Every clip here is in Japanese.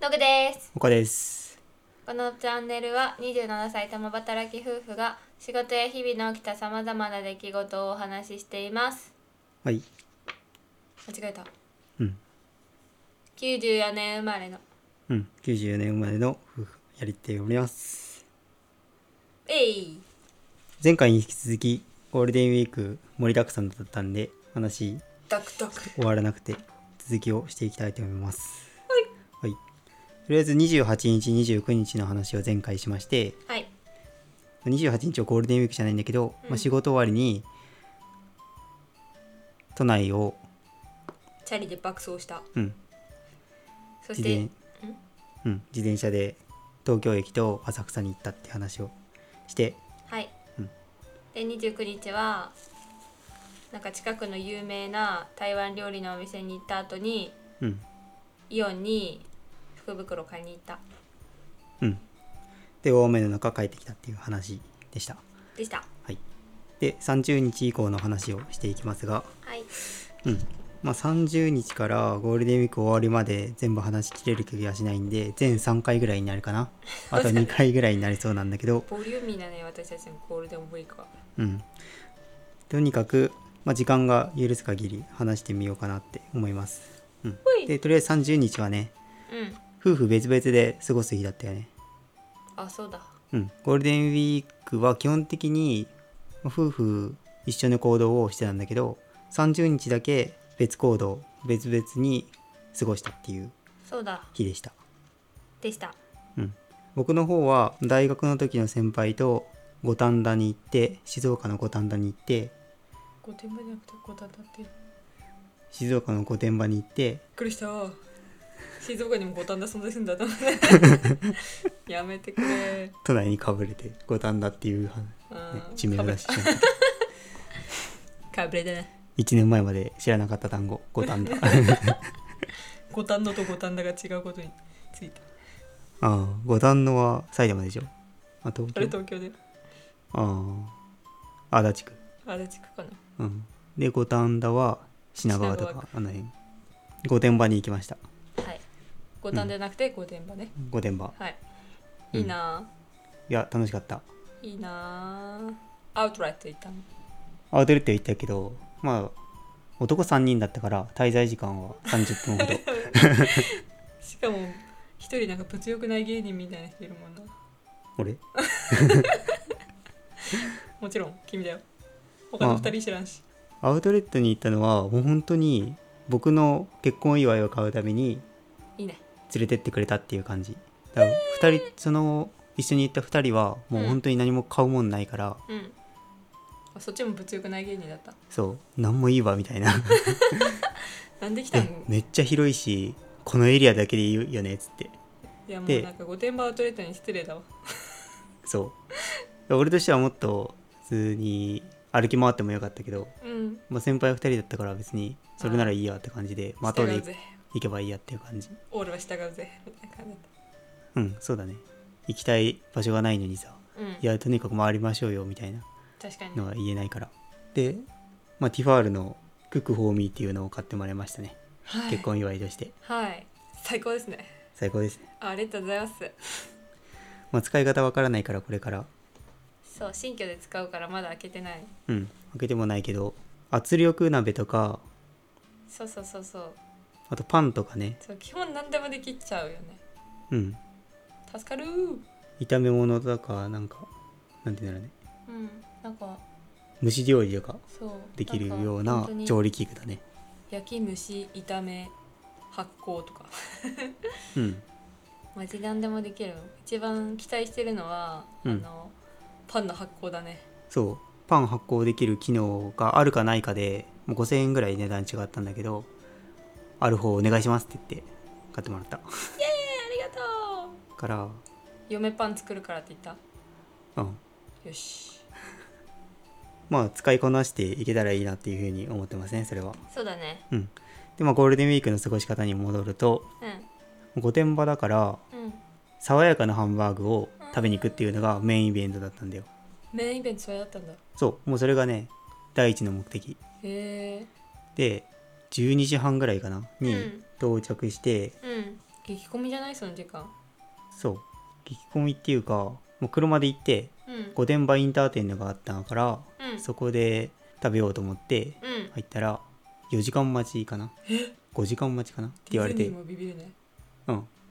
トグですここですこのチャンネルは27歳共働き夫婦が仕事や日々の起きたさまざまな出来事をお話ししていますはい間違えたうん94年生まれのうん94年生まれの夫婦やりておりますえい前回に引き続きゴールデンウィーク盛りだくさんだったんで話ドクドク終わらなくて続きをしていきたいと思いますはい、とりあえず28日29日の話を前回しましてはい28日はゴールデンウィークじゃないんだけど、うんまあ、仕事終わりに都内をチャリで爆走したうんそし自て転うん、自転車で東京駅と浅草に行ったって話をしてはい、うんで29日はなんか近くの有名な台湾料理のお店に行った後にうんイオンに福袋買いに行ったうんで大雨の中帰ってきたっていう話でしたでしたはいで30日以降の話をしていきますがはいうんまあ30日からゴールデンウィーク終わりまで全部話しきれる気がしないんで全3回ぐらいになるかなあと2回ぐらいになりそうなんだけどボリューミーなね私たちのゴールデンウィークはうんとにかく、まあ、時間が許す限り話してみようかなって思います、うんほい、でとりあえず30日はねうん夫婦別々で過ごす日だったよねあそうだうん、ゴールデンウィークは基本的に夫婦一緒の行動をしてたんだけど30日だけ別行動別々に過ごしたっていうそうだ日でした、でしたうん、僕の方は大学の時の先輩と五反田に行って静岡の五反田に行って御殿場じゃなくて五反田ってびっ静岡の御殿場に行ってくりした静岡にも五反田存在するんだ とやめてくれ都内にかぶれて五反田っていう、ね、うん地名を出してしまったかぶれだね1年前まで知らなかった単語五反田あ五反田と五反田が違うことについてあ五反田は埼玉でしょあ東あ京れ東京でああ足立区、足立区かなうん、で五反田は品川と品かあの辺御殿場に行きましたはい五反田じゃなくて御殿場ね、御殿場はいうんいいなぁ、いや楽しかったいいなぁアウトライト行ったのアウトレット行ったけどまあ男3人だったから滞在時間は30分ほどしかも一人なんか物欲ない芸人みたいな人いるもんな俺もちろん君だよ他の二人知らんしアウトレットに行ったのはもう本当に僕の結婚祝いを買うためにいいね連れてってくれたっていう感じだから二人その一緒に行った2人はもう本当に何も買うもんないから、うんあそっちも物欲ない芸人だったそう何もいいわみたいななんで来たのえめっちゃ広いしこのエリアだけでいいよねっつっていやもうでなんか御殿場アウトレットに失礼だわそう俺としてはもっと普通に歩き回ってもよかったけど、うんまあ、先輩は2人だったから別にそれならいいやって感じでまあ後従でうぜ行けばいいやっていう感じオールは従うぜみたいな感じだっうんそうだね行きたい場所がないのにさたうんいやとにかく回りましょうよみたいな確かにのは言えないからで、まあ、ティファールのクックホーミーっていうのを買ってもらいましたねはい結婚祝いとしてはい最高ですね最高ですね、あありがとうございますまあ、使い方わからないからこれからそう新居で使うからまだ開けてないうん開けてもないけど圧力鍋とかそうそうそうそうあとパンとかね、そう基本何でもできちゃうよねうん、助かるー炒め物とかなんかなんていうんだろうねうんなんか蒸し料理とかそうできるようんかな本当に調理器具だね焼き蒸し炒め発酵とか うんマジ何でもできる一番期待してるのは、うんあのパンの発酵だねそうパン発酵できる機能があるかないかでもう5000円ぐらい値段違ったんだけどある方お願いしますって言って買ってもらっえたありがとうから嫁パン作るからって言っうんたよしまあ使いこなしていけたらいいなっていうふうに思ってますねそれはそうだねうんでまあゴールデンウィークの過ごし方に戻ると御殿場だからうんうん爽やかなハンバーグを食べに行くっていうのがメインイベントだったんだよメインイベントそれだったんだへそうもうそれがね第一の目的えで12時半ぐらいかなにうん到着して、うん激混みじゃないその時間そう激混みっていうかもう車で行ってうん御殿場インターテインのがあったから、うんそこで食べようと思ってうん入ったら4時間待ちかな5時間待ちかなって言われてディズうニーもビビるねんい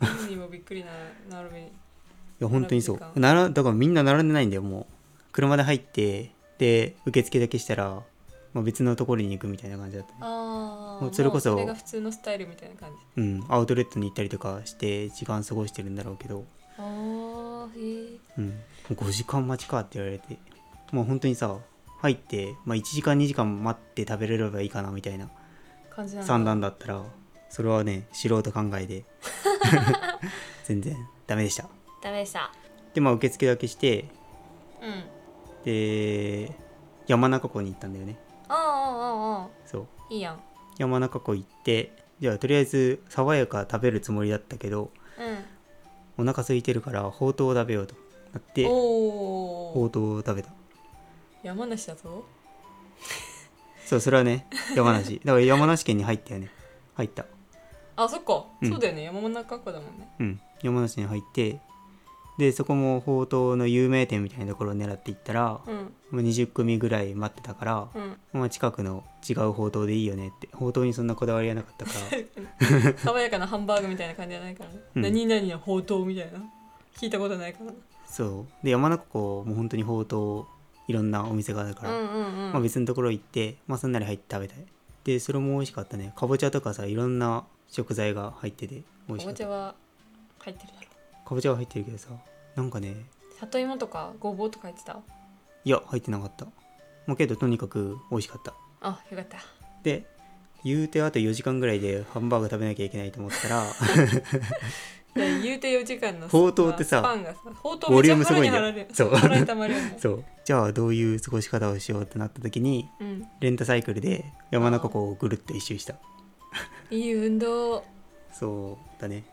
ディズニーもびっくりな 並びにや本当にそう並ぶ時ならだからみんな並んでないんだよもう車で入ってで受付だけしたら、まあ、別のところに行くみたいな感じだったねああもうそれこそそれが普通のスタイルみたいな感じうんアウトレットに行ったりとかして時間過ごしてるんだろうけどああへえうん、もう5時間待ちかって言われてもう本当にさ入って、まあ、1時間2時間待って食べれればいいかなみたいな感じなんだ算段だったらそれはね素人考えで 全然ダメでしたダメでしたでまあ受付だけしてうんで山中湖に行ったんだよねあああああそうあいいやん山中湖行ってじゃあとりあえず爽やか食べるつもりだったけどうお腹空いてるからほうとうを食べようとなってんほおおうとうを食べた山梨だぞそうそれはね山梨だから山梨県に入ったよね入ったあそっか、うんそうだよね山中湖だもんねうん山梨に入ってでそこもほうとうの有名店みたいなところを狙っていったら、もうんう20組ぐらい待ってたから、うんまあ、近くの違うほうとうでいいよねってほうとうにそんなこだわりはなかったから爽やかなハンバーグみたいな感じじゃないからね、うん何々のほうとうみたいな聞いたことないからそうで山中湖も本当にほうとういろんなお店があるから、うんうんまうあ、ん別のところ行って、まあ、そんなに入って食べたいでそれも美味しかったねかぼちゃとかさいろんな食材が入ってて美味かしかぼっちたゃは入ってるだろかぼちゃは入ってるけどさなんかね里芋とかごぼうとか入ってたいや入ってなかった、まあ、けどとにかく美味しかったあよかったで言うてあと4時間ぐらいでハンバーグ食べなきゃいけないと 思ったらいや言うて4時間のほうとうってさスパンがさほうとうボめっリちューゃムすご腹いに腹で腹んだよそうにたまるよねそうじゃあどういう過ごし方をしようってなった時にうんレンタサイクルで山中湖をぐるっと一周したいい運動そうだね、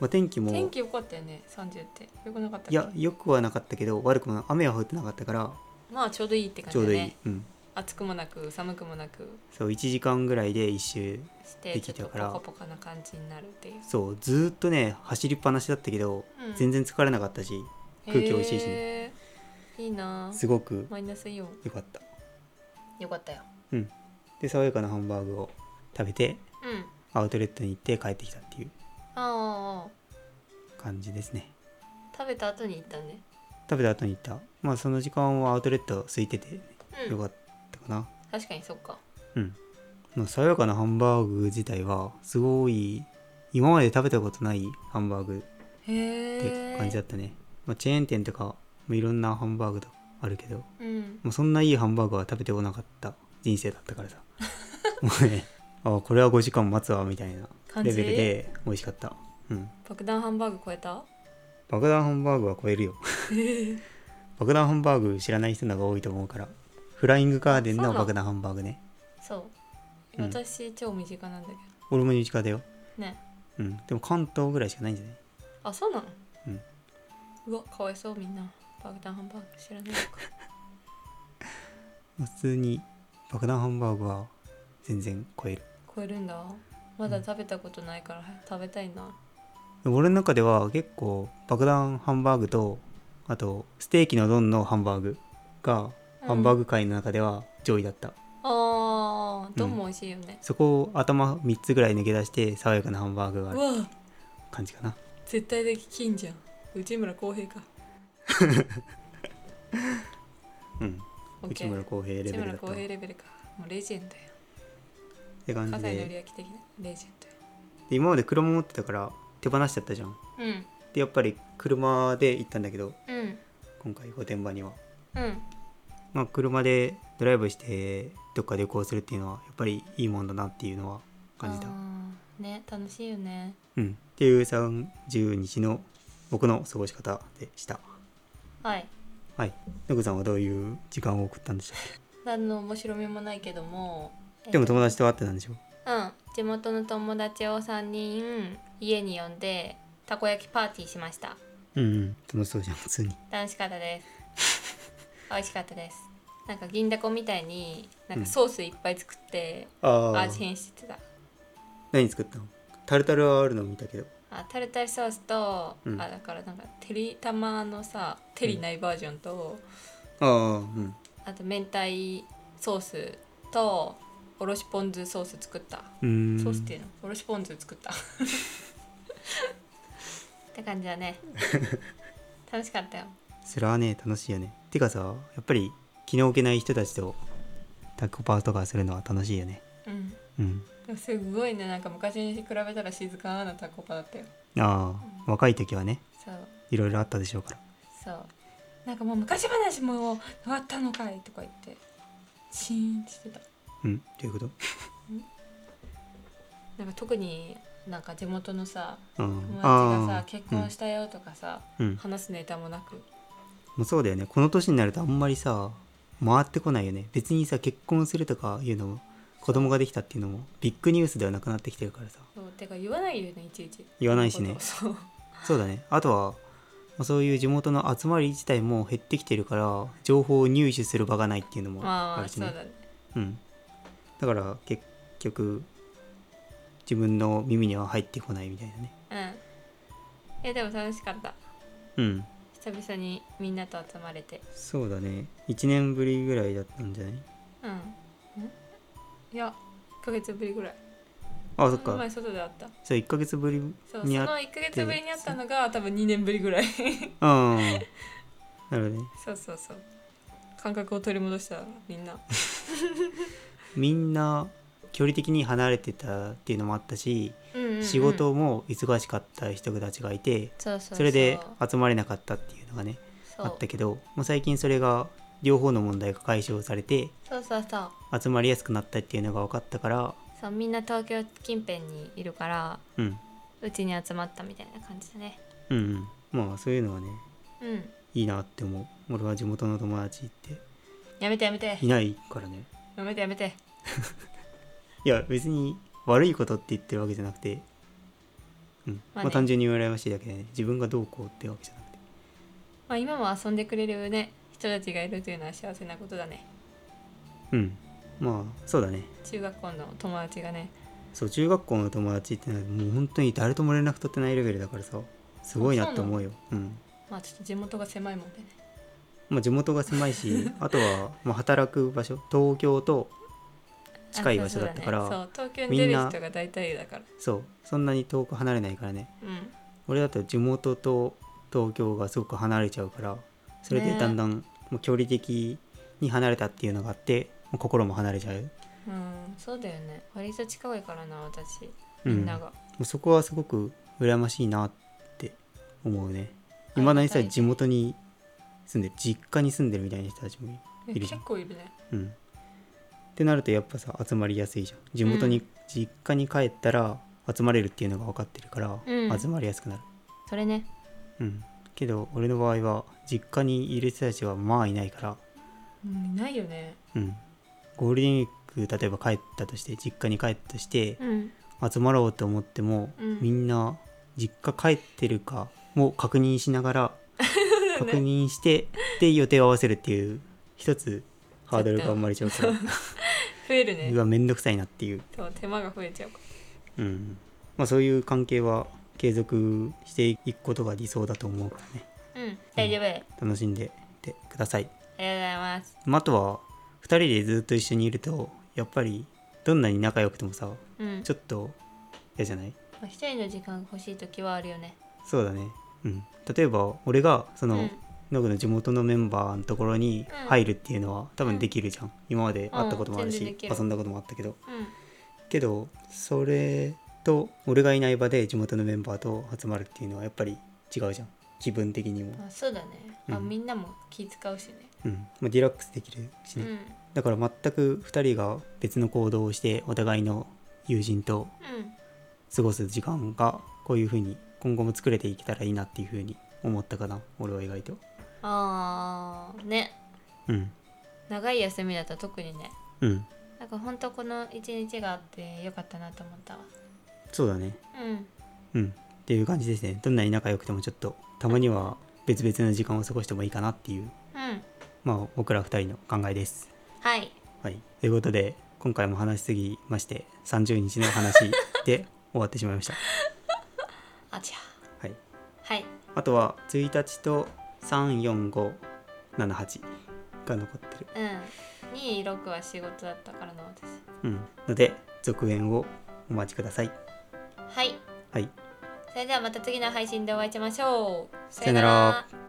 まあ、天気も天気良かったよね30って良くなかったっけいやよくはなかったけど悪くもな雨は降ってなかったからまあちょうどいいって感ちょじうだどいい、ねうん暑くもなく寒くもなくそう1時間ぐらいで一周してでちょきったとかポらカポカな感じになるっていうそうずーっとね走りっぱなしだったけど、うん全然疲れなかったし空気美味しいしねへーいいなすごくマイナスイオン良かったよかったよで爽やかなハンバーグを食べてうんアウトレットに行って帰ってきたっていうああ感じですね食べた後に行ったね食べた後に行ったまあその時間はアウトレット空いててうよんかったかな確かにそっかうん、まあ爽やかなハンバーグ自体はすごい今まで食べたことないハンバーグへってえ感じだったね、まあ、チェーン店とかまあいろんなハンバーグとかあるけどうんもうそんないいハンバーグは食べてこなかった人生だったからさ もうねあこれは5時間待つわみたいな感レじベルで美味しかった、うん、爆弾ハンバーグ超えた爆弾ハンバーグは超えるよ 爆弾ハンバーグ知らない人の方が多いと思うからフライングガーデンそうなのの爆弾ハンバーグねそううん私超身近なんだけど俺も身近だよ、ねうん、でも関東ぐらいしかないんじゃないあそうなのうんうわかわいそうみんな爆弾ハンバーグ知ら ないのかまあ普通に爆弾ハンバーグは全然超える超えるんだまだ食べたことないから食べたいなでも俺の中では結構爆弾ハンバーグとあとステーキの丼のハンバーグがうんハンバーグ界の中では上位だった、あーどうも美味しいよね、そこを頭3つぐらい抜け出して爽やかなハンバーグがうあるわ感じかな絶対的金じゃん内村航平かうん内村航平レベ内ルだ村った航わっ平レベルかもうレジェンドやて感じ葛西紀で明的なレジェンで今まで車持ってたから手放しちゃったじゃんドやでやっぱり車で行ったんだけどうんうん今回御殿場にはうんまあ、車でドライブしてどっか旅行するっていうのはやっぱりいいもんだなっていうのは感じたあ。ーね楽しいよねうん、っていう30日の僕の過ごし方でした。はいはい。のぐさんはどういう時間を送ったんでしたっ何の面白みもないけどもけでも友達と会ってたんでしょうん地元の友達を3人家に呼んでたこ焼きパーティーしましたうんうん。楽しそうじゃん、普通に。楽しかったです 美味しかったですなんか銀だこみたいになんかソースいっぱい作ってああ。味変してた何作ったのタルタルはあるの見たけどあタルタルソースと、うんあだからなんかてりたまのさてりないバージョンと、ああうんあと明太ソースとおろしポン酢ソース作ったうーんソースっていうのおろしポン酢作ったって感じだ ね楽しかったよそれはね楽しいよねてかさやっぱり気の置けない人たちとタッグパーとかするのは楽しいよねうんうんでもすごいねなんか昔に比べたら静かなタコパだったよああ若い時はねそういろいろあったでしょうからそうなんかもう昔話もう終わったのかいとか言ってシーンってしてたうんどういうことなんか特になんか地元のさうん友達があさあ結婚したよとかさ、うん、うん話すネタもなくもうそうだよねこの年になるとあんまりさ回ってこないよね別にさ結婚するとかいうのも子供ができたっていうのもビッグニュースではなくなってきてるからさそうてか言わないよねいちいち言わないしねそうそうだねあとはまあそういう地元の集まり自体も減ってきてるから情報を入手する場がないっていうのもまああるしそうね、だねうん、だから結局自分の耳には入ってこないみたいなねうんいやでも楽しかったうん久々にみんなと集まれてそうだね1年ぶりぐらいだったんじゃないうんんいや1ヶ月ぶりぐらいあそっこのか前外で会ったそう1ヶ月ぶ りそうそにのあ1っヶ月ぶりに会ったのが多分2年ぶりぐらい うんなるほどねそうそうそう感覚を取り戻したみんなみんな距離的に離れてたっていうのもあったし、うんうんうん仕事も忙しかった人たちがいてそうそううそれで集まれなかったっていうのがねそうあったけどもう最近それが両方の問題が解消されてそうそうそう集まりやすくなったっていうのが分かったからそうみんな東京近辺にいるからうんうちに集まったみたいな感じだねうんうんまあそういうのはねうんいいなって思う俺は地元の友達ってやめてやめていないからねやめてやめていや別に悪いことって言ってるわけじゃなくてうんままあ、あね単純に羨ましいだけでね自分がどうこうってわけじゃなくてまあ今も遊んでくれるね人たちがいるというのは幸せなことだねうんまあそうだね中学校の友達がねそう中学校の友達ってのはもう本当に誰とも連絡取ってないレベルだからさすごいなって思うようんまあちょっと地元が狭いもんでねまあ、地元が狭 いしあとはまあ働く場所東京と近い場所だったからあそ,、そううそうだねそう東京に出る人が大体だからそんなに遠く離れないからねうん俺だと地元と東京がすごく離れちゃうからそれでねだんだんもう距離的に離れたっていうのがあってもう心も離れちゃう、うんそうだよね割と近いからな私うみん、んなが、もうそこはすごく羨ましいなって思うねいまだにあさりがたい地元に住んでる実家に住んでるみたいな人たちもいるえいるじ結ゃん構いるねうん、ってなるとやっぱさ集まりやすいじゃん地元に、うん実家に帰ったら集まれるっていうのが分かってるから、うん集まりやすくなる、それねうん、けど俺の場合は実家にいる人たちはまあいないから、うんいないよねうん、ゴールデンウィーク例えば帰ったとして実家に帰ったとしてうん集まろうと思っても、うんみんな実家帰ってるかも確認しな がら確認して、で予定を合わせるっていう一つハードルが生まれちゃうから増えるうねわめんどくさいなっていうそう手間が増えちゃうからうんまあ、そういう関係は継続していくことが理想だと思うからねうん大丈夫、ありがと楽しんでってください、うございますまあ、あとは2人でずっと一緒にいるとやっぱりどんなに仲良くてもさうんちょっと嫌じゃないまあ一人の時間が欲しい時はあるよねそうだねうん例えば俺がそうの、んノグの地元のメンバーのところに入るっていうのは多分できるじゃん、今まで会ったこともあうるんし全然で、きる遊んだこともあったけどうんけどそれと俺がいない場で地元のメンバーと集まるっていうのはやっぱり違うじゃん気分的にも、まあそうだね、まあうんみんなも気使うしねうんまあ、リラックスできるしうね、んだから全く2人が別の行動をしてお互いの友人とうん過ごす時間がこういう風に今後も作れていけたらいいなっていう風に思ったかな俺は意外とあーねうん長い休みだと特にねうんなんかほんとこの一日があってよかったなと思ったわそうだねうんうんっていう感じですねどんなに仲良くてもちょっとたまには別々の時間を過ごしてもいいかなっていううんまあ僕ら2人の考えですはいはい、ということで今回も話しすぎまして30日の話で終終わってしまいま した。あちゃはい、はいあとは1日と3457が残ってる、うん26は仕事だったからな私うん、ので続編をお待ちください。はいはいそれではまた次の配信でお会いしましょうさよなら